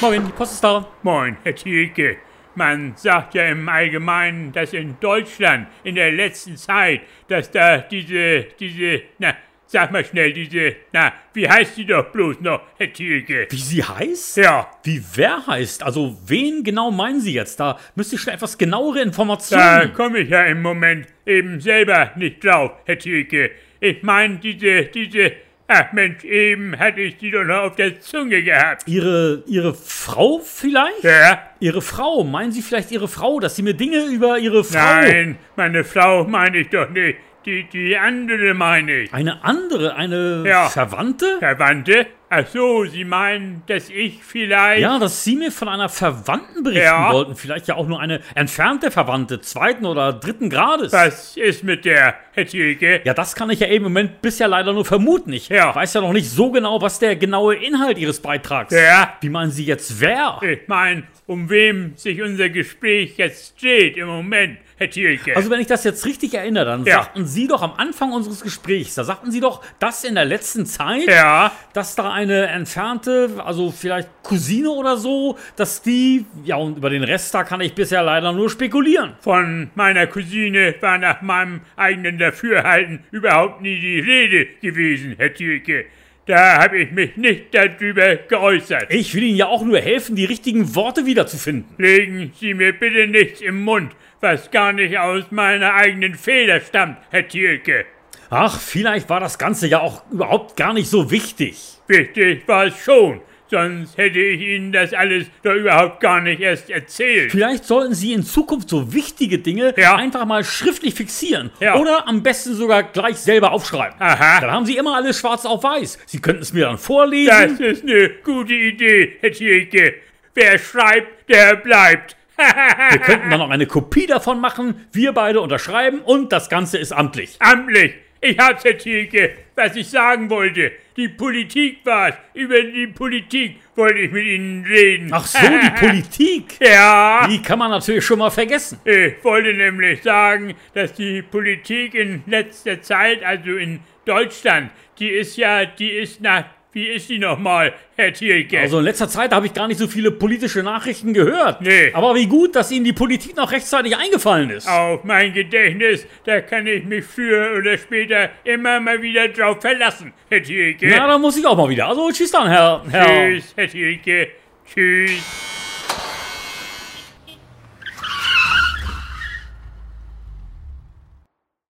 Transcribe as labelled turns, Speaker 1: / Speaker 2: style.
Speaker 1: Moin, die Post ist da.
Speaker 2: Moin, Herr Thielke. Man sagt ja im Allgemeinen, dass in Deutschland in der letzten Zeit, dass da diese, diese, na, sag mal schnell, diese, na, wie heißt die doch bloß noch, Herr Thielke?
Speaker 1: Wie sie heißt?
Speaker 2: Ja,
Speaker 1: Wie wer heißt? Also wen genau meinen Sie jetzt? Da müsste ich schon etwas genauere
Speaker 2: da
Speaker 1: Informationen.
Speaker 2: komme ich ja im Moment eben selber nicht drauf, Herr Thielke. Ich meine, diese, diese, ach Mensch, eben hatte ich die doch noch auf der Zunge gehabt.
Speaker 1: Ihre, Ihre Frau vielleicht?
Speaker 2: Ja?
Speaker 1: Ihre Frau? Meinen Sie vielleicht Ihre Frau, dass Sie mir Dinge über Ihre Frau...
Speaker 2: Nein, meine Frau meine ich doch nicht. Die, die andere meine ich.
Speaker 1: Eine andere, eine
Speaker 2: Ja.
Speaker 1: Verwandte?
Speaker 2: Verwandte? Ach so, Sie meinen, dass ich vielleicht.
Speaker 1: Ja, dass Sie mir von einer Verwandten berichten
Speaker 2: Ja.
Speaker 1: wollten. Vielleicht ja auch nur eine entfernte Verwandte, zweiten oder dritten Grades.
Speaker 2: Was ist mit der, Herr Thielke?
Speaker 1: Ja, das kann ich ja eben im Moment bisher leider nur vermuten. Ich
Speaker 2: Ja.
Speaker 1: weiß ja noch nicht so genau, was der genaue Inhalt Ihres Beitrags
Speaker 2: Ja.
Speaker 1: Wie meinen Sie jetzt wer?
Speaker 2: Ich meine, um wem sich unser Gespräch jetzt dreht im Moment, Herr Thielke.
Speaker 1: Also, wenn ich das jetzt richtig erinnere, dann
Speaker 2: Ja.
Speaker 1: sagten Sie doch am Anfang unseres Gesprächs, da sagten Sie doch, dass in der letzten Zeit,
Speaker 2: ja,
Speaker 1: dass da eine entfernte, also vielleicht Cousine oder so, dass die, ja, und über den Rest, da kann ich bisher leider nur spekulieren.
Speaker 2: von meiner Cousine war nach meinem eigenen Dafürhalten überhaupt nie die Rede gewesen, Herr Thielke. Da habe ich mich nicht darüber geäußert.
Speaker 1: Ich will Ihnen ja auch nur helfen, die richtigen Worte wiederzufinden.
Speaker 2: Legen Sie mir bitte nichts im Mund, was gar nicht aus meiner eigenen Feder stammt, Herr Thielke.
Speaker 1: Ach, vielleicht war das Ganze ja auch überhaupt gar nicht so wichtig.
Speaker 2: Wichtig war es schon, sonst hätte ich Ihnen das alles doch überhaupt gar nicht erst erzählt.
Speaker 1: Vielleicht sollten Sie in Zukunft so wichtige Dinge
Speaker 2: Ja.
Speaker 1: einfach mal schriftlich fixieren.
Speaker 2: Ja.
Speaker 1: Oder am besten sogar gleich selber aufschreiben.
Speaker 2: Aha.
Speaker 1: Dann haben Sie immer alles schwarz auf weiß. Sie könnten es mir dann vorlesen.
Speaker 2: Das ist eine gute Idee, Herr Thielke. Wer schreibt, der bleibt.
Speaker 1: Wir könnten dann noch eine Kopie davon machen, wir beide unterschreiben und das Ganze ist amtlich.
Speaker 2: Amtlich. Ich hab's, Herr Thielke, was ich sagen wollte. Die Politik war's. Über die Politik wollte ich mit Ihnen reden.
Speaker 1: Ach so, die Politik.
Speaker 2: Ja.
Speaker 1: Die kann man natürlich schon mal vergessen.
Speaker 2: Ich wollte nämlich sagen, dass die Politik in letzter Zeit, also in Deutschland, die ist ja, die ist nach, wie ist die nochmal, Herr Thielke?
Speaker 1: Also in letzter Zeit habe ich gar nicht so viele politische Nachrichten gehört.
Speaker 2: Nee. Oh,
Speaker 1: Aber wie gut, dass Ihnen die Politik noch rechtzeitig eingefallen ist.
Speaker 2: auf mein Gedächtnis, da kann ich mich früher oder später immer mal wieder drauf verlassen, Herr Thielke.
Speaker 1: Na, da muss ich auch mal wieder. Also tschüss dann, Herr. Herr.
Speaker 2: Tschüss, Herr Thielke. Tschüss.